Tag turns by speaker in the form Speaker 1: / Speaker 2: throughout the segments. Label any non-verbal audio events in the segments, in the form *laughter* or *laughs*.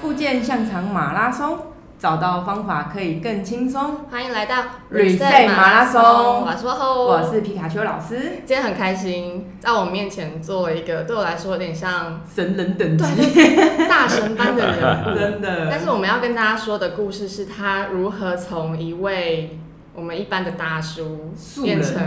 Speaker 1: 复健香肠马拉松，找到方法可以更轻松。
Speaker 2: 欢迎来到
Speaker 1: Reset 马拉松
Speaker 2: 我说后，
Speaker 1: 我是皮卡丘老师，
Speaker 2: 今天很开心，在我面前做一个对我来说有点像
Speaker 1: 神人等级，
Speaker 2: 大神般
Speaker 1: *laughs*
Speaker 2: 的人物。
Speaker 1: 真的。
Speaker 2: 但是我们要跟大家说的故事是他如何从一位我们一般的大叔
Speaker 1: 素人
Speaker 2: 变成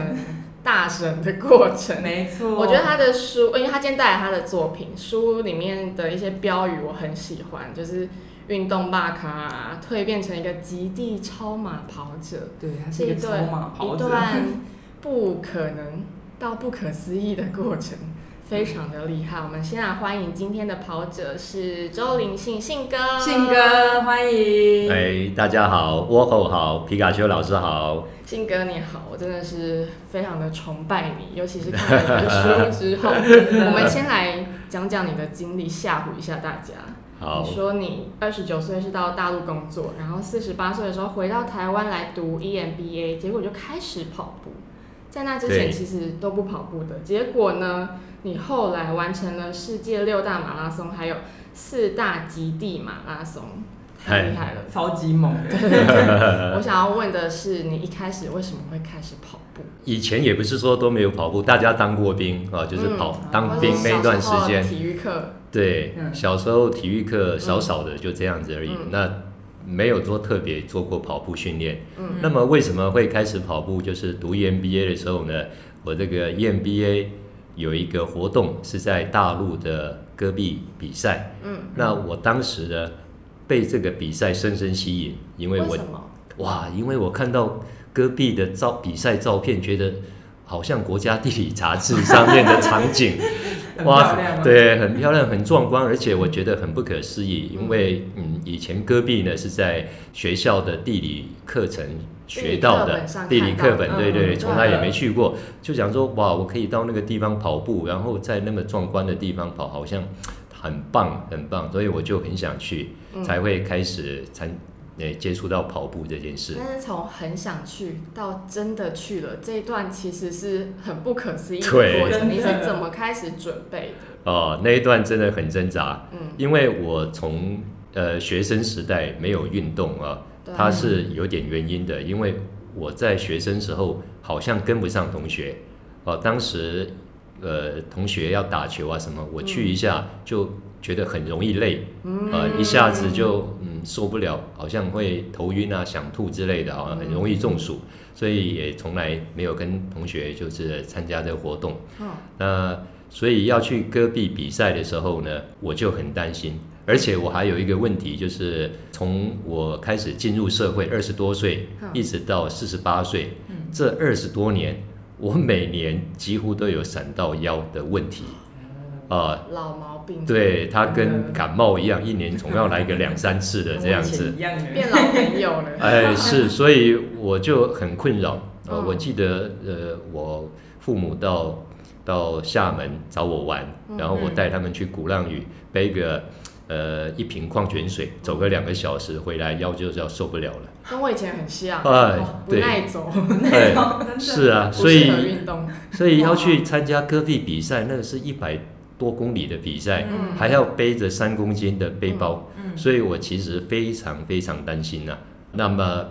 Speaker 2: 大神的过
Speaker 1: *laughs*
Speaker 2: 程。
Speaker 1: 没错，
Speaker 2: 我觉得他的书，因为他今天带来他的作品，书里面的一些标语我很喜欢，就是运动霸卡、啊、蜕变成一个极地超马跑者，
Speaker 1: 对，他是一个
Speaker 2: 一
Speaker 1: 筹
Speaker 2: 段
Speaker 1: 码跑
Speaker 2: 一
Speaker 1: 者，
Speaker 2: 段 *laughs* 不可能到不可思议的过程，非常的厉害。我们先来欢迎今天的跑者是周林信信哥，
Speaker 1: 信，哥欢迎。
Speaker 3: 哎，大家好，倭寇好，皮卡丘老师好，
Speaker 2: 信哥你好，我真的是非常的崇拜你，尤其是看了你的书之后，我们先来讲讲你的经历，吓唬一下大家。
Speaker 3: 好
Speaker 2: 你，说你二十九岁是到大陆工作，然后四十八岁的时候回到台湾来读 E EMBA，结果就开始跑步。在那之前
Speaker 3: 对
Speaker 2: 其实都不跑步的，结果呢，你后来完成了世界六大马拉松，还有四大极地马拉松，
Speaker 3: 哎
Speaker 2: 太厉害了！
Speaker 1: 超级猛的，
Speaker 3: 呃
Speaker 2: 我想要问的是，你一开始为什么会开始跑步？
Speaker 3: 以前也不是说都没有跑步，大家当过兵啊，就是跑、当兵那段时
Speaker 2: 嗯或者是小时
Speaker 3: 间
Speaker 2: 候，体育课，
Speaker 3: 对，
Speaker 1: 嗯
Speaker 3: 小时候体育课少少的就这样子而已，
Speaker 2: 嗯
Speaker 3: 那没有说特别做过跑步训练。
Speaker 2: 嗯
Speaker 3: 那么为什么会开始跑步？就是读 EMBA 的时候呢，我这个 EMBA 有一个活动是在大陆的戈壁比赛，
Speaker 2: 嗯，
Speaker 3: 那我当时呢被这个比赛深深吸引，因为
Speaker 2: 为
Speaker 3: 我
Speaker 2: 什么？
Speaker 3: 哇，因为我看到戈壁的照比赛照片，觉得好像国家地理杂志上面的场景
Speaker 1: 很，漂亮啊
Speaker 3: 哇
Speaker 1: 吗，
Speaker 3: 对，很漂亮，很壮观，而且我觉得很不可思议，因为嗯，以前戈壁呢是在学校的地理课程学到的
Speaker 2: 地
Speaker 3: 地
Speaker 2: 理
Speaker 3: 理
Speaker 2: 课
Speaker 3: 课
Speaker 2: 本
Speaker 3: 本，
Speaker 2: 上看到
Speaker 3: 对对，
Speaker 2: 嗯
Speaker 3: 从来也没去过，就想说哇，我可以到那个地方跑步，然后在那么壮观的地方跑，好像很棒很棒，所以我就很想去，
Speaker 2: 嗯
Speaker 3: 才会开始参诶接触到跑步这件事。
Speaker 2: 但是从很想去到真的去了，这一段其实是很不可思议的
Speaker 3: 对
Speaker 2: 过程。
Speaker 1: 真的
Speaker 2: 你是怎么开始准备的？
Speaker 3: 哦，那一段真的很挣扎，
Speaker 2: 嗯，
Speaker 3: 因为我从呃学生时代没有运动啊，
Speaker 2: 对啊
Speaker 3: 它是有点原因的，因为我在学生时候好像跟不上同学，哦、当时呃同学要打球啊什么，我去一下就觉得很容易累，呃一下子就嗯受不了，好像会头晕啊、想吐之类的啊，很容易中暑，所以也从来没有跟同学就是参加这个活动。
Speaker 2: 嗯
Speaker 3: 那所以要去戈壁比赛的时候呢，我就很担心，而且我还有一个问题，就是从我开始进入社会二十多岁
Speaker 2: 嗯，
Speaker 3: 一直到四十八岁
Speaker 1: 嗯，
Speaker 3: 这二十多年，我每年几乎都有闪到腰的问题，啊、
Speaker 2: 老毛病，，
Speaker 3: 对，它跟感冒一样，一年总要来个两三次的这样
Speaker 1: 跟我以前 *laughs*
Speaker 3: 子。
Speaker 1: 一样的，
Speaker 2: 变老朋友了。
Speaker 3: 哎，是，所以我就很困扰。呃，
Speaker 2: 嗯
Speaker 3: 我记得呃，我父母到到厦门找我玩，然后我
Speaker 1: 嗯
Speaker 3: 带他们去鼓浪屿背个呃一瓶矿泉水，走个两个小时回来，腰就是要受不了了。
Speaker 2: 跟我以前很
Speaker 1: 啊
Speaker 2: 像，
Speaker 3: 哎
Speaker 2: 哦不
Speaker 3: 对
Speaker 2: 耐走，
Speaker 3: 哎，
Speaker 1: 真
Speaker 2: 嗯
Speaker 1: 的
Speaker 3: 是
Speaker 1: *laughs*
Speaker 3: 啊，
Speaker 2: 不
Speaker 3: 所
Speaker 2: 适合
Speaker 3: 以
Speaker 2: 运动。
Speaker 3: 所以要去参加戈壁比赛，那个是一百多公里的比赛，
Speaker 1: 嗯
Speaker 3: 还要背着三公斤的背包，
Speaker 1: 嗯
Speaker 3: 所以我其实非常非常担心呐、那么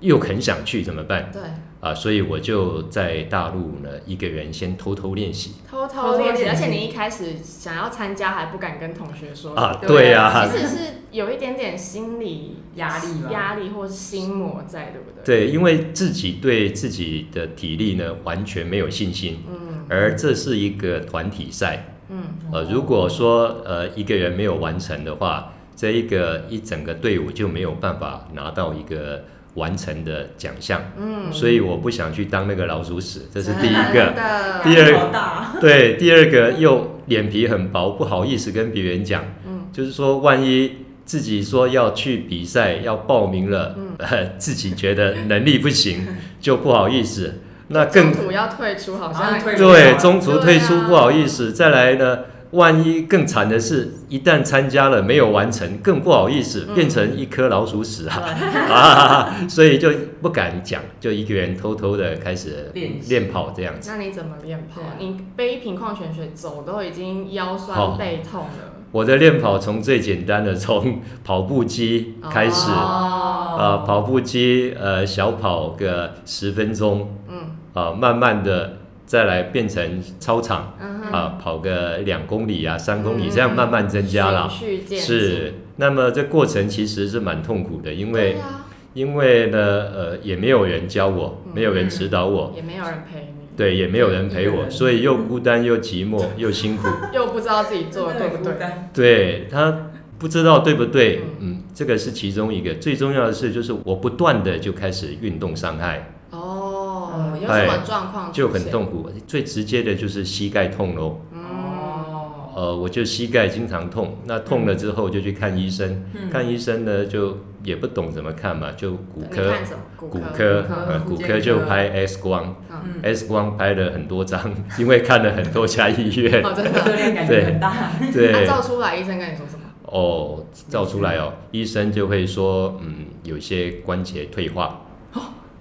Speaker 3: 又很想去怎么办？
Speaker 2: 对，
Speaker 3: 啊，所以我就在大陆呢一个人先偷偷练习
Speaker 2: 偷
Speaker 1: 偷
Speaker 2: 偷
Speaker 1: 偷
Speaker 2: 练习，
Speaker 1: 练
Speaker 2: 而且
Speaker 1: 习
Speaker 2: 你一开始想要参加还不敢跟同学说，
Speaker 3: 啊，
Speaker 1: 对
Speaker 3: 对呀、
Speaker 1: 啊
Speaker 2: 其实是有一点点心理
Speaker 1: 压力吧
Speaker 2: 压力或是心魔在，对不对？
Speaker 3: 对，因为自己对自己的体力呢完全没有信心，
Speaker 2: 嗯
Speaker 3: 而这是一个团体赛，
Speaker 2: 嗯，
Speaker 3: 呃，如果说呃一个人没有完成的话，这一个一整个队伍就没有办法拿到一个完成的奖项，
Speaker 2: 嗯
Speaker 3: 所以我不想去当那个老鼠屎，这是第一
Speaker 2: *laughs* 真
Speaker 3: 个。
Speaker 2: 的
Speaker 3: 第二个
Speaker 1: 好大，
Speaker 3: 对，第二个又脸皮很薄，不好意思跟别人讲。
Speaker 2: 嗯，
Speaker 3: 就是说，万一自己说要去比赛，要报名了，
Speaker 2: 嗯
Speaker 3: 呃， *laughs* 自己觉得能力
Speaker 2: *laughs*
Speaker 3: 不行，就不好意思。那更
Speaker 2: 中途要退出，
Speaker 1: 好
Speaker 2: 好像
Speaker 1: 啊像退
Speaker 3: 对，中途
Speaker 2: 对
Speaker 3: 退出
Speaker 2: 啊
Speaker 3: 不好意思。再来呢，万一更惨的是，一旦参加了没有完成，更不好意思，
Speaker 2: 嗯
Speaker 3: 变成一颗老鼠屎
Speaker 2: 哦
Speaker 3: 啊！ *laughs*
Speaker 1: 对
Speaker 3: 啊，所以就不敢讲，就一个人偷偷的开始
Speaker 1: 练习
Speaker 3: 练跑这样子。
Speaker 2: 那你怎么练跑
Speaker 1: 对啊？
Speaker 2: 你背一瓶矿泉水走都已经腰
Speaker 3: 好
Speaker 2: 酸背痛了，
Speaker 3: 我的练跑从最简单的从跑步机开始，啊、
Speaker 1: 哦
Speaker 3: 跑步机呃小跑个十分钟，
Speaker 2: 嗯
Speaker 3: 啊、慢慢的再来变成操场
Speaker 2: 嗯
Speaker 3: 啊、
Speaker 2: 哼，
Speaker 3: 跑个两公里啊三公里，
Speaker 2: 嗯
Speaker 3: 这样慢慢增加啦。
Speaker 2: 循序渐进
Speaker 3: 是，那么这过程其实是蛮痛苦的，因为、
Speaker 2: 对啊
Speaker 3: 因为呢呃也没有人教我，
Speaker 2: 嗯
Speaker 3: 没有人指导我，
Speaker 2: 也没有人陪你，
Speaker 3: 对，也没有人陪
Speaker 1: 一个
Speaker 3: 我，
Speaker 1: 人
Speaker 3: 所以又孤单又寂寞又辛苦。
Speaker 2: 又不知道自己做的对
Speaker 1: 真的
Speaker 2: 不
Speaker 1: 很
Speaker 2: 对
Speaker 1: 孤，单。
Speaker 3: 对他不知道对不对
Speaker 2: 嗯，
Speaker 3: 嗯，这个是其中一个。最重要的是，就是我不断的就开始运动伤害，
Speaker 2: 哦，有
Speaker 3: 哎
Speaker 2: 什么状况
Speaker 3: 就
Speaker 2: 出现
Speaker 3: 很，痛苦。最直接的就是膝盖痛咯，
Speaker 2: 嗯，
Speaker 1: 哦，
Speaker 3: 呃，我就膝盖经常痛，那痛了之后就去看医生，
Speaker 1: 嗯
Speaker 3: 看医生呢就也不懂怎么看嘛，就骨
Speaker 2: 你
Speaker 3: 科。
Speaker 2: 看什么
Speaker 3: 骨
Speaker 2: 科
Speaker 3: 科，
Speaker 1: 科
Speaker 3: 呃，
Speaker 1: 复
Speaker 3: 骨
Speaker 1: 健
Speaker 3: 科就
Speaker 1: 科
Speaker 3: 拍 X 光
Speaker 2: 嗯，
Speaker 1: *laughs* 嗯，
Speaker 3: ，X 光拍了很多张，因为看了很多家医院，
Speaker 2: 哦真的，
Speaker 1: 热量感觉很大。
Speaker 2: 他
Speaker 3: *laughs* 对，
Speaker 2: 照出来，医生跟你说什么？
Speaker 3: 哦，照出来哦，医生就会说，嗯，有些关节退化。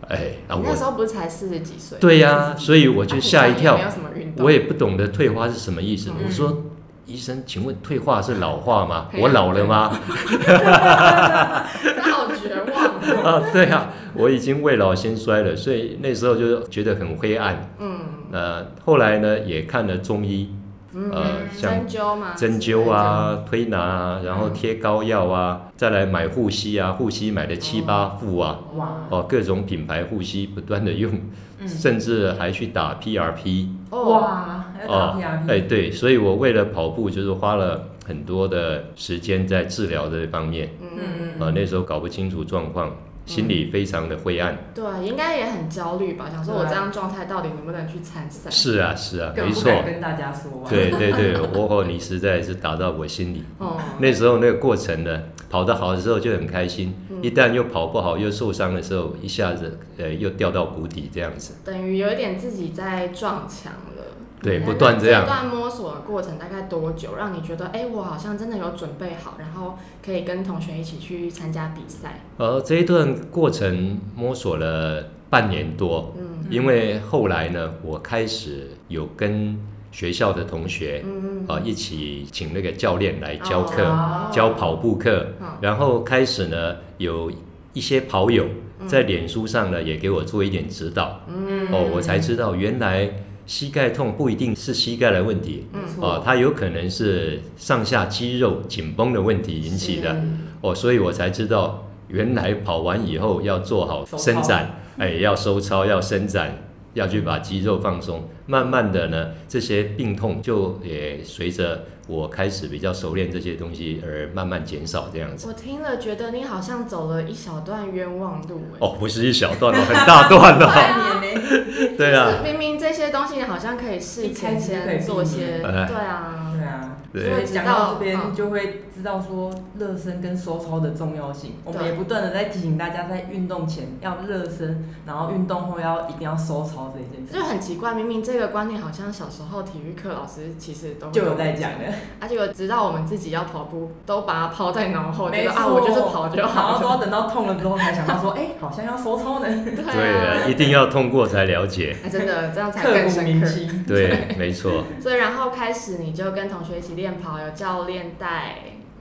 Speaker 3: 哎，啊，
Speaker 2: 你那
Speaker 3: 我
Speaker 2: 时候不是才四十几岁，
Speaker 3: 对呀、所以我
Speaker 2: 啊，
Speaker 3: 就吓一
Speaker 2: 平常也没
Speaker 3: 跳，
Speaker 2: 有什么运动，
Speaker 3: 我也不懂得退化是什么意思。
Speaker 1: 嗯
Speaker 3: 我说，医生，请问退化是老化吗？
Speaker 2: 哎呀
Speaker 3: 我老了吗？
Speaker 2: 他好绝望哦，
Speaker 3: 啊，对啊，我已经未老先衰了，所以那时候就觉得很灰暗。
Speaker 2: 嗯
Speaker 3: 呃，后来呢，也看了中医，呃
Speaker 2: 嗯，
Speaker 3: 像
Speaker 2: 针灸吗？
Speaker 3: 针灸，啊、推拿啊，然后贴膏药啊，再来买护膝啊，护膝买了七八副啊。
Speaker 1: 哇
Speaker 3: 哦，各种品牌护膝不断的用，
Speaker 1: 嗯，
Speaker 3: 甚至还去打 PRP。
Speaker 2: 哦，
Speaker 1: 哇，要打 P R
Speaker 3: 哎，
Speaker 1: P，
Speaker 3: 对，所以我为了跑步，就是花了很多的时间在治疗这方面。
Speaker 2: 嗯，
Speaker 3: 啊、那时候搞不清楚状况，心里非常的灰暗。
Speaker 2: 对，应该也很焦虑吧？想说我这样状态到底能不能去参赛？
Speaker 3: 是啊，是啊，没
Speaker 1: 更不
Speaker 3: 错
Speaker 1: 敢。跟大家说啊。
Speaker 3: 对对对，我哦，你实在是打到我心里。
Speaker 2: 哦，
Speaker 3: 那时候那个过程呢，跑得好的时候就很开心，
Speaker 2: 嗯
Speaker 3: 一旦又跑不好又受伤的时候，一下子呃又掉到谷底这样子。
Speaker 2: 等于有一点自己在撞墙了。
Speaker 3: 对，
Speaker 2: 那
Speaker 3: 不断这样
Speaker 2: 这。段摸索的过程大概多久，让你觉得，哎、我好像真的有准备好，然后可以跟同学一起去参加比赛？
Speaker 3: 呃，这一段过程摸索了半年多，
Speaker 2: 嗯
Speaker 3: 因为后来呢，我开始有跟学校的同学
Speaker 2: 嗯
Speaker 3: 啊、呃一起请那个教练来哎教课，
Speaker 1: 哦
Speaker 3: 教跑步课，
Speaker 2: 嗯
Speaker 3: 然后开始呢有一些跑友
Speaker 2: 嗯
Speaker 3: 在脸书上呢也给我做一点指导，
Speaker 2: 嗯
Speaker 3: 哦，我才知道原来膝盖痛不一定是膝盖的问题。
Speaker 1: 没
Speaker 2: 嗯
Speaker 1: 错
Speaker 3: 哦，它有可能是上下肌肉紧绷的问题引起的。
Speaker 1: 嗯
Speaker 3: 哦，所以我才知道，原来跑完以后要做好
Speaker 1: 手操
Speaker 3: 伸展，哎，要收操，要伸展，要去把肌肉放松。慢慢的呢，这些病痛就也随着我开始比较熟练这些东西而慢慢减少，这样
Speaker 2: 嗯
Speaker 3: 子。
Speaker 2: 我听了觉得你好像走了一小段冤枉路、哎，
Speaker 3: 哦，不是一小段哦，很大段
Speaker 1: *laughs*
Speaker 3: 哦。
Speaker 1: 半年
Speaker 2: *laughs*
Speaker 1: 呢？
Speaker 3: 对啊，
Speaker 2: 明明这些东西你好像可以事前先做些，
Speaker 3: 一
Speaker 2: 对
Speaker 3: 开始就可以避免
Speaker 2: 啊，
Speaker 1: 对啊，所
Speaker 3: 对
Speaker 1: 以讲到嗯这
Speaker 2: 嗯
Speaker 1: 边就会知道说热身跟收操的重要性。我们也不断的在提醒大家，在运动前要热身，然后运动后要一定要收操这一件
Speaker 2: 就
Speaker 1: 事，
Speaker 2: 很奇怪，明明这个观念好像小时候体育课老师其实都会
Speaker 1: 就有
Speaker 2: 跟我
Speaker 1: 在
Speaker 2: 们
Speaker 1: 讲的。
Speaker 2: 而且我知道我们自己要跑步，都把它抛在脑后，觉
Speaker 1: 没
Speaker 2: 得
Speaker 1: 错，
Speaker 2: 啊，我就是跑就
Speaker 1: 然
Speaker 2: 好
Speaker 1: 后都 *laughs*
Speaker 2: 了。
Speaker 1: 要等到痛了之后才想到说，哎、好像要收操
Speaker 2: *laughs*
Speaker 1: 呢，
Speaker 2: 对
Speaker 3: 对
Speaker 2: 啊，
Speaker 3: 啊，一定要通过才了解。
Speaker 2: 哎真的这样才
Speaker 1: 刻
Speaker 2: 更
Speaker 1: 骨
Speaker 2: 深
Speaker 1: 铭
Speaker 2: 刻。
Speaker 1: 心。
Speaker 3: 对，没错。
Speaker 2: 所以然后开始你就跟同学一起练跑，有教练带，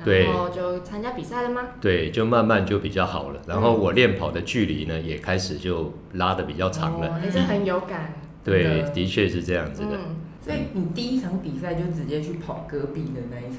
Speaker 3: 对
Speaker 2: 然后就参加比赛了吗？
Speaker 3: 对，就慢慢就比较好了。然后我练跑的距离呢，也开始就拉的比较长
Speaker 1: 嗯
Speaker 3: 了。
Speaker 2: 哦你这很有感，
Speaker 3: 对
Speaker 1: 真的，
Speaker 3: 的确是这样子的。
Speaker 2: 嗯，
Speaker 1: 所以你第一场比赛就直接去跑戈壁的那一场，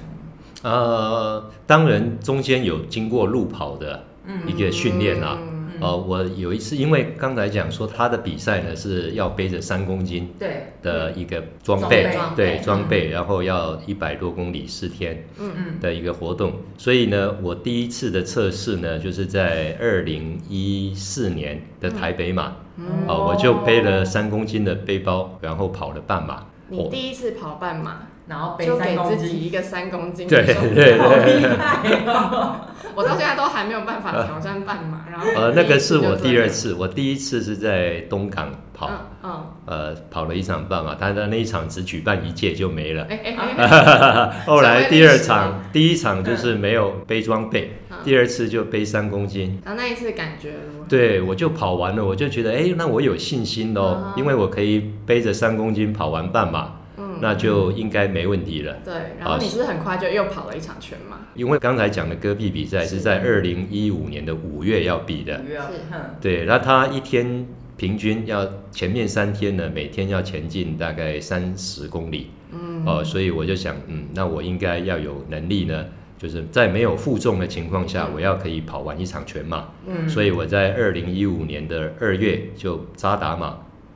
Speaker 3: 呃，当然中间有经过路跑的一个训练啊。
Speaker 2: 嗯
Speaker 1: 嗯
Speaker 3: 呃，我有一次，因为刚才讲说他的比赛呢是要背着三公斤
Speaker 1: 嗯对，
Speaker 3: 的一个装
Speaker 1: 装
Speaker 3: 备
Speaker 1: 备，
Speaker 3: 对装备，然后要一百多公里四天
Speaker 1: 嗯
Speaker 3: 的一个活动，所以呢，我第一次的测试呢就是在二零一四年的台北马，
Speaker 2: 嗯
Speaker 3: 哦，我就背了三公斤的背包，然后跑了半马。
Speaker 2: 你第一次跑半马，
Speaker 1: 然后背
Speaker 2: 就
Speaker 1: 三
Speaker 2: 给
Speaker 1: 公
Speaker 2: 自己
Speaker 1: 斤，
Speaker 2: 一个三公斤
Speaker 3: 对
Speaker 2: 的重量
Speaker 3: 对
Speaker 1: 好厉害哦！
Speaker 2: 我到现在都还没有办法挑战半马，然后
Speaker 3: 呃，那个是我第二
Speaker 2: 次
Speaker 3: 次，我第一次是在东港
Speaker 2: 就
Speaker 3: 跑
Speaker 2: 这，样，嗯
Speaker 3: 呃，跑了一场半马，但是那一场只举办一届就没
Speaker 2: 嗯，
Speaker 3: 了。
Speaker 2: 哎哎哎，
Speaker 3: 后来第二
Speaker 2: 所，
Speaker 3: 场第一场就是没有背装备，
Speaker 2: 嗯
Speaker 3: 第二次就背三公斤。
Speaker 2: 然后那一次感觉如何？
Speaker 3: 对，我就跑完了，我就觉得，哎，那我有信心喽，
Speaker 2: 嗯
Speaker 3: 因为我可以背着三公斤跑完半马。
Speaker 2: 嗯
Speaker 3: 那就应该没问题了。
Speaker 2: 对，然后你是不是很快就又跑了一场全马？
Speaker 3: 因为刚才讲的戈壁比赛是在二零一五年的五月要比的，
Speaker 1: 不要
Speaker 4: 是
Speaker 1: 看
Speaker 3: 对，那他一天平均要前面三天呢，每天要前进大概三十公里，嗯，哦，所以我就想，嗯，那我应该要有能力呢，就是在没有负重的情况下，我要可以跑完一场全马，
Speaker 2: 嗯，
Speaker 3: 所以我在二零一五年的二月就扎达马，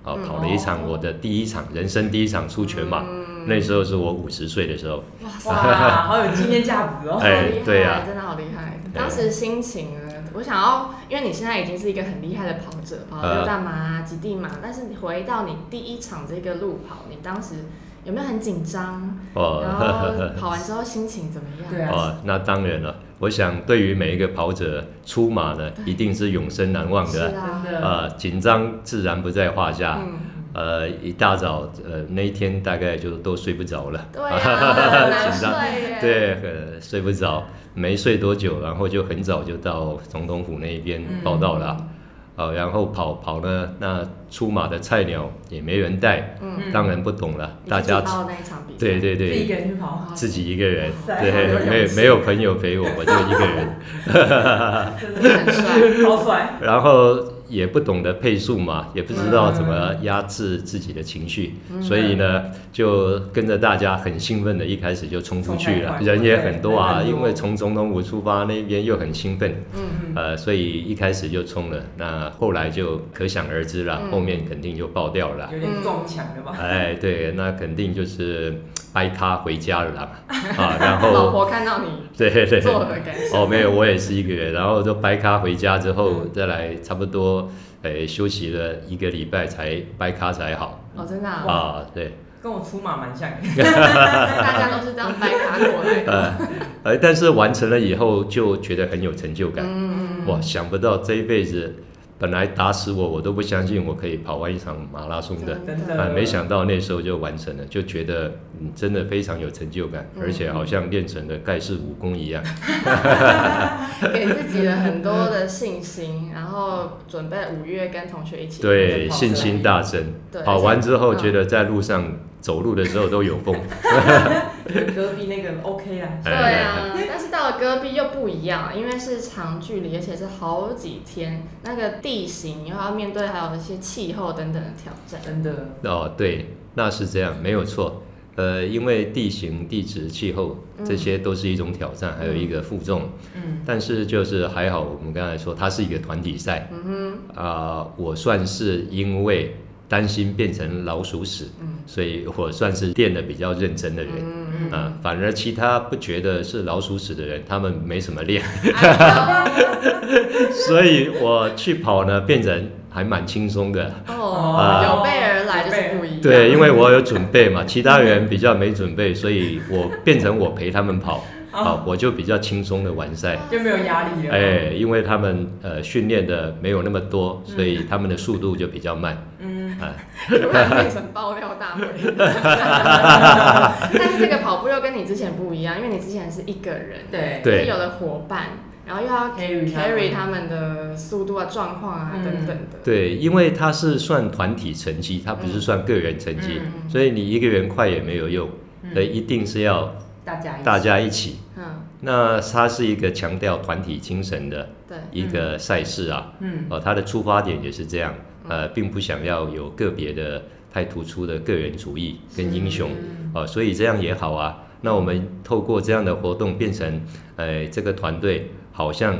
Speaker 3: 哦，
Speaker 2: 嗯
Speaker 3: 跑了一场我的第一场人生第一场出全马，那时候是我五十岁的时候，
Speaker 2: 哇塞，
Speaker 1: 哇，好有纪念价值哦。
Speaker 2: 好厉
Speaker 3: 哎
Speaker 2: 害，
Speaker 3: 对呀
Speaker 2: 真的好厉害。
Speaker 3: 对
Speaker 2: 当时心情呢，我想要，因为你现在已经是一个很厉害的跑者，跑
Speaker 3: 呃
Speaker 2: 六大马、啊、极地马，但是你回到你第一场这个路跑，你当时有没有很紧张？
Speaker 3: 哦，
Speaker 2: 然后跑完之后心情怎么样？
Speaker 1: 对啊
Speaker 3: *laughs* 哦，那当然了。我想，对于每一个跑者出马呢，一定是永生难忘
Speaker 2: 是
Speaker 3: 的。
Speaker 2: 啊，
Speaker 1: 真的
Speaker 3: 呃，紧张自然不在话下。
Speaker 2: 嗯，
Speaker 3: 呃，一大早，呃，那一天大概就都睡不着了。 *laughs*
Speaker 2: 对啊，很难
Speaker 3: 紧张
Speaker 2: 睡耶。
Speaker 3: 对，呃，睡不着，没睡多久，然后就很早就到总统府那边
Speaker 1: 嗯
Speaker 3: 报道了。呃，然后跑跑呢，那出马的菜鸟也没人带，
Speaker 2: 嗯，
Speaker 3: 当然不懂了，
Speaker 2: 你
Speaker 3: 大
Speaker 2: 自己
Speaker 3: 家
Speaker 2: 报那一场比赛，
Speaker 3: 对对
Speaker 1: 自己一
Speaker 3: 对，
Speaker 1: 个人去跑，
Speaker 2: 哇
Speaker 3: 自己一个人，
Speaker 1: 塞
Speaker 3: 对，
Speaker 1: 好有勇
Speaker 3: 没有
Speaker 1: 气
Speaker 3: 没有朋友陪我，我就一个人。
Speaker 1: 真
Speaker 2: 真的很帅。
Speaker 1: 的好帅。
Speaker 3: *laughs* 然后也不懂得配速嘛，也不知道怎么压制自己的情绪，
Speaker 1: 嗯
Speaker 3: 所以呢，就跟着大家很兴奋的，一开始就冲出去了，
Speaker 1: 冲太快
Speaker 3: 人也很多啊，
Speaker 1: 对人很多
Speaker 3: 因为从总统府出发那边又很兴奋，
Speaker 2: 嗯，
Speaker 1: 嗯，
Speaker 3: 呃，所以一开始就冲了，那后来就可想而知了，
Speaker 2: 嗯
Speaker 3: 后面肯定就爆掉了。
Speaker 1: 嗯有点撞墙了吧？
Speaker 3: 哎，对，那肯定就是掰咖回家了啦，啊，然
Speaker 2: 老
Speaker 3: 后
Speaker 2: 婆看到你
Speaker 3: 对对对，
Speaker 2: 做何感想？
Speaker 3: 哦，没有，我也是一个人，然后就掰咖回家之后，再来差不多，诶、休息了一个礼拜才掰咖才好
Speaker 2: 哦，真的啊，
Speaker 3: *laughs* 啊，对，
Speaker 1: 跟我出马蛮像的。
Speaker 2: 大家都是这样掰卡过来的。
Speaker 3: 呃，呃，但是完成了以后就觉得很有成就感，
Speaker 2: 嗯，
Speaker 3: 哇，想不到这一辈子本来打死我我都不相信我可以跑完一场马拉松的，
Speaker 1: 真
Speaker 3: 啊、
Speaker 1: 的
Speaker 3: 没想到那时候就完成了，就觉得嗯真的非常有成就感，
Speaker 2: 嗯
Speaker 3: 而且好像练成了盖世武功一样，
Speaker 2: 给自己了很多的信心，然后准备五月跟同学一起
Speaker 3: 对，
Speaker 2: 跑
Speaker 3: 信心大增。
Speaker 2: 对
Speaker 3: 跑完之后，
Speaker 2: 嗯
Speaker 3: 觉得在路上走路的时候都有风，
Speaker 1: 隔壁那个 OK 啦，
Speaker 3: 哎
Speaker 2: 对啊，但是到了戈壁又不一样，因为是长距离，而且是好几天，那个地形，然后要面对还有一些气候等等的挑战。
Speaker 1: 真的，
Speaker 3: 哦，对，那是这样，没有错。呃，因为地形、地质、气候
Speaker 2: 嗯
Speaker 3: 这些都是一种挑战，还有一个负重。
Speaker 1: 嗯，
Speaker 3: 但是就是还好，我们刚才说它是一个团体赛
Speaker 2: 嗯
Speaker 3: 啊、我算是因为担心变成老鼠屎，
Speaker 2: 嗯
Speaker 3: 所以我算是练得比较认真的
Speaker 2: 哼，
Speaker 3: 人。
Speaker 2: 嗯
Speaker 3: *laughs* 啊、
Speaker 2: 嗯，
Speaker 3: 反而其他不觉得是老鼠屎的人，他们没什么练， *laughs*
Speaker 2: 啊
Speaker 3: 所以我去跑呢，变成还蛮轻松的。
Speaker 2: 哦
Speaker 1: 啊，
Speaker 2: 有备而来就是不一样。
Speaker 3: 对，因为我有准备嘛，其他人比较没准备，所以我变成我陪他们跑，啊，我就比较轻松的完赛。
Speaker 1: 就没有压力了。
Speaker 3: 哎，因为他们呃训练的没有那么多，所以他们的速度就比较慢。
Speaker 1: 嗯，
Speaker 2: 突然变成爆料大会。
Speaker 3: *laughs*
Speaker 1: *laughs*
Speaker 2: 但是这个跑步又跟你之前不一样，因为你之前是一个人，
Speaker 1: 对
Speaker 3: 对
Speaker 2: 就是有了伙伴，然后又要
Speaker 1: Carry 他们
Speaker 2: carry 他们的速度啊、状况啊
Speaker 1: 嗯
Speaker 2: 等等的。
Speaker 3: 对，因为它是算团体成绩，它不是算个人成绩，
Speaker 1: 嗯
Speaker 3: 所以你一个人快也没有用，所以一定是要
Speaker 1: 大家一起
Speaker 3: 大家一起。
Speaker 2: 嗯，
Speaker 3: 那它是一个强调团体精神的
Speaker 2: 对，
Speaker 3: 一个赛事啊，
Speaker 1: 嗯
Speaker 3: 哦，他的出发点也是这样，呃，并不想要有个别的太突出的个人主义跟英雄，哦，所以这样也好啊。那我们透过这样的活动，变成，呃，这个团队好像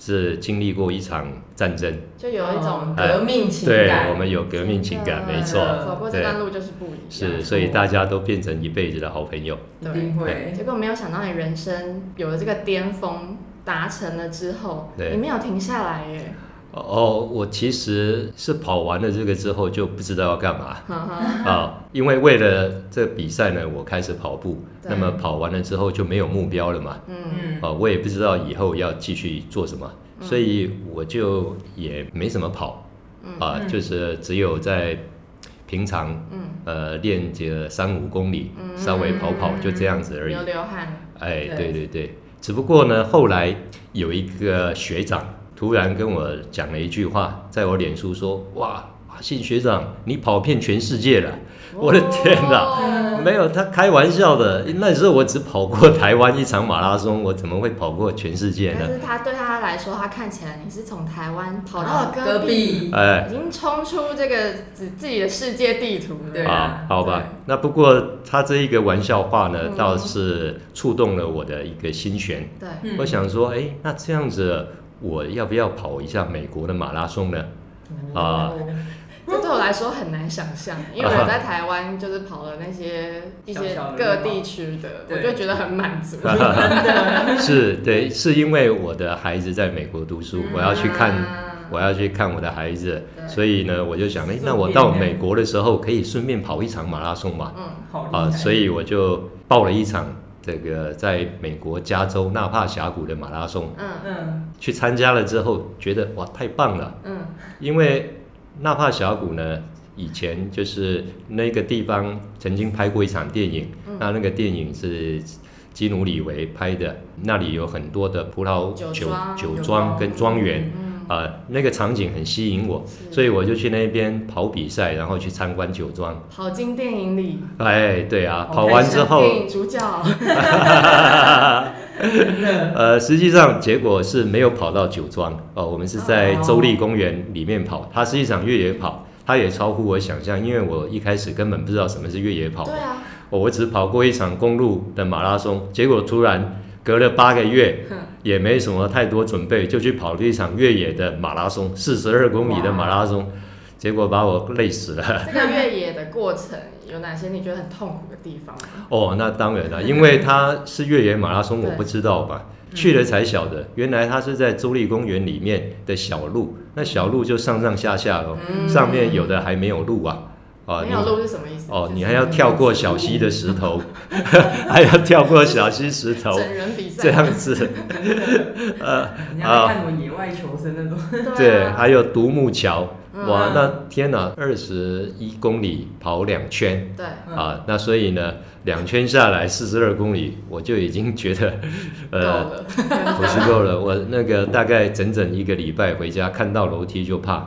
Speaker 3: 是经历过一场战争，
Speaker 2: 就有一
Speaker 1: 哦
Speaker 2: 种
Speaker 3: 哎
Speaker 2: 革命情
Speaker 3: 对
Speaker 2: 感。
Speaker 3: 我们有革命情感，
Speaker 2: 真的
Speaker 3: 没错，
Speaker 2: 走过这段路就是不一样。
Speaker 3: 是，所以大家都变成一辈子的好朋友。
Speaker 1: 一定会。
Speaker 2: 结果没有想到你人生有了这个巅峰达成了之后，
Speaker 3: 对
Speaker 2: 你没有停下来耶。 *laughs*
Speaker 3: 哦，我其实是跑完了这个之后就不知道要
Speaker 2: *laughs*
Speaker 3: 干嘛。
Speaker 2: 呵呵
Speaker 3: 啊，因为为了这比赛呢，我开始跑步，
Speaker 2: 对
Speaker 3: 那么跑完了之后就没有目标了嘛，
Speaker 2: 嗯
Speaker 1: 嗯，
Speaker 3: 啊，我也不知道以后要继续做什么，所以我就也没什么跑，啊，
Speaker 1: 嗯
Speaker 3: 就是只有在平常
Speaker 2: 嗯，
Speaker 3: 呃练个三五公里，稍微跑跑就这样子而已
Speaker 2: 流。流汗。
Speaker 3: 哎，
Speaker 1: 嗯对
Speaker 3: 对对对，只不过呢，后来有一个学长突然跟我讲了一句话，在我脸书说，哇。哇，谢学长，你跑遍全世界了！ *laughs*
Speaker 1: 哦
Speaker 3: 我的天哪，
Speaker 2: 哦
Speaker 3: *laughs* 没有，他开玩笑的。那时候我只跑过台湾一场马拉松，我怎么会跑过全世界
Speaker 2: 但
Speaker 3: 呢？
Speaker 2: 是他对他来说，他看起来你是从台湾跑到
Speaker 1: 好
Speaker 2: 了戈壁，
Speaker 1: 啊
Speaker 3: 哎
Speaker 2: 已，经冲出这个自自己的世界地图了。
Speaker 1: 对
Speaker 3: 啊
Speaker 1: 啊，
Speaker 3: 好吧。那不过他这一个玩笑话呢，倒是触动了我的一个心弦。
Speaker 2: 对，
Speaker 1: 嗯
Speaker 3: 我想说，哎，那这样子，我要不要跑一下美国的马拉
Speaker 1: *laughs*
Speaker 3: 松呢？
Speaker 1: 嗯
Speaker 3: 啊，
Speaker 2: 这对我来说很难想象，因为我在台湾就是跑了那些一
Speaker 1: 小
Speaker 2: 些
Speaker 1: 小的
Speaker 2: 各地区的，我
Speaker 1: 对
Speaker 2: 就觉得很满足。
Speaker 3: 是对，是因为我的孩子在美国读书，我要去看，
Speaker 2: 啊
Speaker 3: 我要去看我的孩子，
Speaker 2: 对
Speaker 3: 所以呢，我就想，哎，
Speaker 1: 顺便
Speaker 3: 那我到美国的时候可以顺便跑一场马拉松嘛？
Speaker 2: 嗯，
Speaker 1: 好厉害
Speaker 3: 啊，所以我就报了一场这个在美国加州纳帕峡谷的马拉松，
Speaker 2: 嗯
Speaker 1: 嗯，
Speaker 3: 去参加了之后，觉得哇，太棒了！
Speaker 2: 嗯，
Speaker 3: 因为纳帕峡谷呢，以前就是那个地方曾经拍过一场电影，
Speaker 2: 嗯
Speaker 3: 那那个电影是基努里维拍的，那里有很多的葡萄
Speaker 2: 酒
Speaker 3: 酒
Speaker 2: 庄
Speaker 3: 酒
Speaker 1: 酒
Speaker 3: 庄
Speaker 1: 庄
Speaker 3: 跟庄园，
Speaker 2: 嗯，
Speaker 3: 呃，那个场景很吸引我，
Speaker 2: 是
Speaker 3: 所以我就去那边跑比赛，然后去参观酒庄。
Speaker 2: 跑进电影里，
Speaker 3: 哎，对啊，
Speaker 1: 好
Speaker 3: 跑完
Speaker 2: 爱
Speaker 3: 之
Speaker 2: 上
Speaker 3: 后，
Speaker 2: 电影主角，
Speaker 1: 真的
Speaker 3: 呃，实际上结果是没有跑到酒庄哦，我们是在
Speaker 1: 哦
Speaker 3: 州立公园里面跑，它是一场越野跑，它也超乎我想象，因为我一开始根本不知道什么是越野跑，
Speaker 2: 对啊，
Speaker 3: 哦我只跑过一场公路的马拉松，结果突然隔了八个月
Speaker 2: 哼，
Speaker 3: 也没什么太多准备，就去跑了一场越野的马拉松，四十二公里的马拉松，结果把我累死了。
Speaker 2: 这个越野的过程有哪些你觉得很痛苦的地方吗？
Speaker 3: 哦，那当然了，因为它是越野马拉松，我
Speaker 2: 对嗯
Speaker 3: 不知道嘛，去了才晓得，原来它是在州立公园里面的小路，那小路就上上下下咯，
Speaker 2: 嗯
Speaker 3: 上面有的还没有路啊，啊，
Speaker 2: 没
Speaker 3: 你
Speaker 2: 有路是什么意思？
Speaker 3: 哦
Speaker 2: 就，是
Speaker 3: 你还要跳过小溪的石
Speaker 2: *laughs*
Speaker 3: 头， *laughs* 还要跳过小溪石头，
Speaker 2: 整人比赛
Speaker 3: 这样子，
Speaker 2: 啊
Speaker 1: 人
Speaker 3: 啊
Speaker 1: 家在看什么野外求生那种，
Speaker 3: 对，
Speaker 2: 啊
Speaker 3: 还有独木桥，
Speaker 2: 嗯
Speaker 3: 哇，那天哪，二十一公里跑两圈，
Speaker 2: 对，
Speaker 3: 啊，那所以呢，两圈下来四十二公里，我就已经觉得，
Speaker 2: 够
Speaker 3: 呃，
Speaker 2: 了，
Speaker 3: 不是够了。我那个大概整整一个礼拜回家，看到楼梯就怕，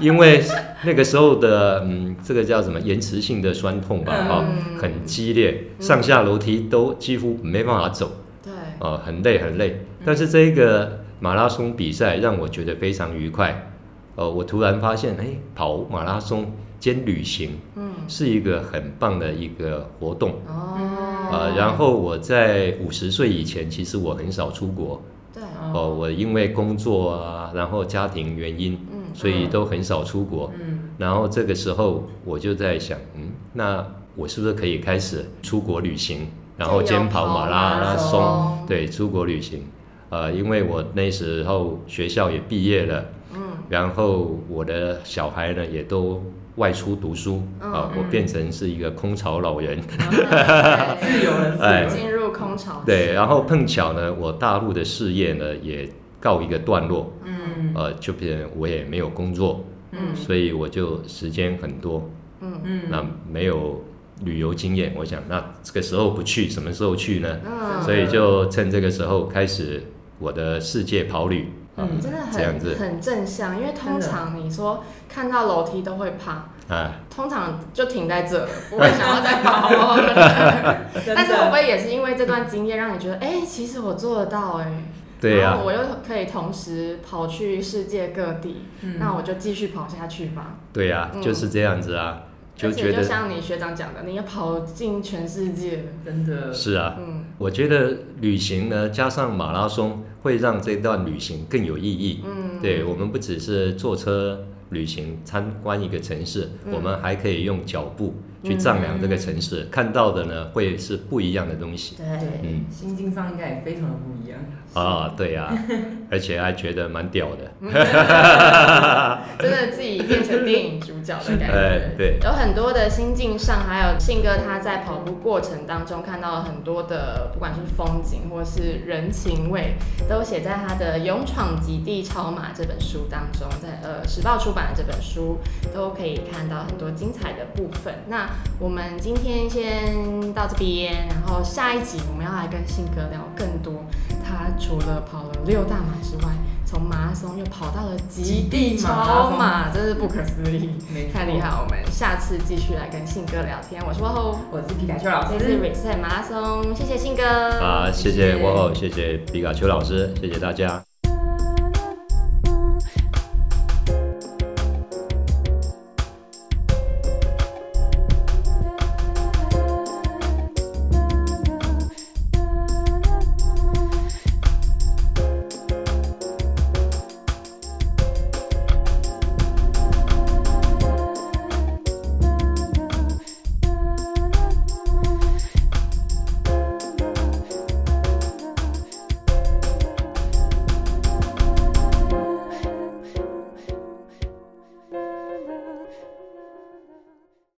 Speaker 3: 因为那个时候的嗯，这个叫什么延迟性的酸痛吧，啊、
Speaker 2: 嗯
Speaker 3: 很激烈，上下楼梯都几乎没办法走，
Speaker 2: 对，
Speaker 3: 啊，很累很
Speaker 2: 嗯
Speaker 3: 累。但是这个马拉松比赛让我觉得非常愉快，呃，我突然发现，哎，跑马拉松兼旅行。
Speaker 2: 嗯，
Speaker 3: 是一个很棒的一个活动。
Speaker 2: 哦，
Speaker 3: 呃，然后我在五十岁以前，其实我很少出国。
Speaker 2: 对，
Speaker 3: 哦、我因为工作啊，然后家庭原因，
Speaker 2: 嗯，
Speaker 3: 所以都很少出国。
Speaker 1: 嗯，
Speaker 3: 然后这个时候我就在想，嗯，那我是不是可以开始出国旅行，然后兼跑马拉
Speaker 1: 就
Speaker 3: 松
Speaker 1: 有跑马？
Speaker 2: 松，
Speaker 3: 对，出国旅行。呃，因为我那时候学校也毕业了，
Speaker 2: 嗯，
Speaker 3: 然后我的小孩呢也都外出读书
Speaker 2: 嗯
Speaker 3: 啊、我
Speaker 1: 嗯
Speaker 3: 变成是一个空巢老人。
Speaker 1: 自由了，自由
Speaker 3: 哎
Speaker 2: 对，
Speaker 1: 了，
Speaker 2: 进入空巢，
Speaker 3: 对，，然后碰巧呢，我大陆的事业呢也告一个段落，
Speaker 2: 嗯
Speaker 1: 嗯
Speaker 3: 呃，就变成我也没有工作，
Speaker 2: 嗯
Speaker 3: 所以我就时间很多，
Speaker 2: 嗯
Speaker 1: 嗯，
Speaker 3: 那没有旅游经验，我想那这个时候不去，什么时候去呢？
Speaker 2: 嗯，
Speaker 3: 所以就趁这个时候开始我的世界跑旅啊
Speaker 1: 嗯
Speaker 2: 真的
Speaker 3: 这样子
Speaker 2: 很很正向，因为通
Speaker 1: 真的
Speaker 2: 常你说看到楼梯都会怕，
Speaker 3: 啊，
Speaker 2: 通常就停在
Speaker 3: *laughs*
Speaker 2: 这，不会想要再跑了。
Speaker 1: 真
Speaker 2: 但是会不
Speaker 1: 的，
Speaker 2: 会也是因为这段经验让你觉得，哎、其实我做得到哎、
Speaker 3: 对
Speaker 2: 然
Speaker 3: 呀、
Speaker 2: 后我又可以同时跑去世界各地，
Speaker 1: 嗯
Speaker 3: 嗯
Speaker 2: 那我就继续跑下去吧。
Speaker 3: 对呀、
Speaker 2: 嗯
Speaker 3: 就是这样子啊，就
Speaker 2: 而
Speaker 3: 觉
Speaker 2: 且就
Speaker 3: 得
Speaker 2: 像你学长讲的，你也跑进全世界，
Speaker 1: 真的，
Speaker 3: 是啊，
Speaker 2: 嗯
Speaker 3: 我觉得旅行呢加上马拉松会让这段旅行更有意义。
Speaker 2: 嗯，
Speaker 3: 对，我们不只是坐车旅行参观一个城市，
Speaker 2: 嗯
Speaker 3: 我们还可以用脚步去丈量这个城市，看到的呢会是不一样的东西。
Speaker 2: 对，
Speaker 3: 嗯
Speaker 1: 心境上应该也非常的不一样，
Speaker 3: 啊，对 *laughs* 啊，而且还觉得蛮屌的。
Speaker 2: 真的自己变成电影主角的感
Speaker 3: 哎
Speaker 2: 觉。
Speaker 3: 对
Speaker 2: 有很多的心境上，还有信哥他在跑步过程当中看到了很多的，不管是风景或是人情味，都写在他的《勇闯极地超马》这本书当中，在呃时报出版的这本书都可以看到很多精彩的部分。那我们今天先到这边，然后下一集我们要来跟信哥聊更多，他除了跑了六大马之外，从马拉松又跑到了极
Speaker 1: 极
Speaker 2: 地
Speaker 1: 地
Speaker 2: 超
Speaker 1: 马
Speaker 2: 马，真是不可思议，
Speaker 1: 没错
Speaker 2: 太厉害！了！我们下次继续来跟信哥聊天。我是 w 后，
Speaker 1: 我是皮卡丘老
Speaker 2: 这
Speaker 1: 师
Speaker 2: 次，Reset 马拉松，谢谢信哥。
Speaker 3: 啊，谢
Speaker 2: 谢
Speaker 3: 谢我，谢谢皮卡丘老师，谢谢大家。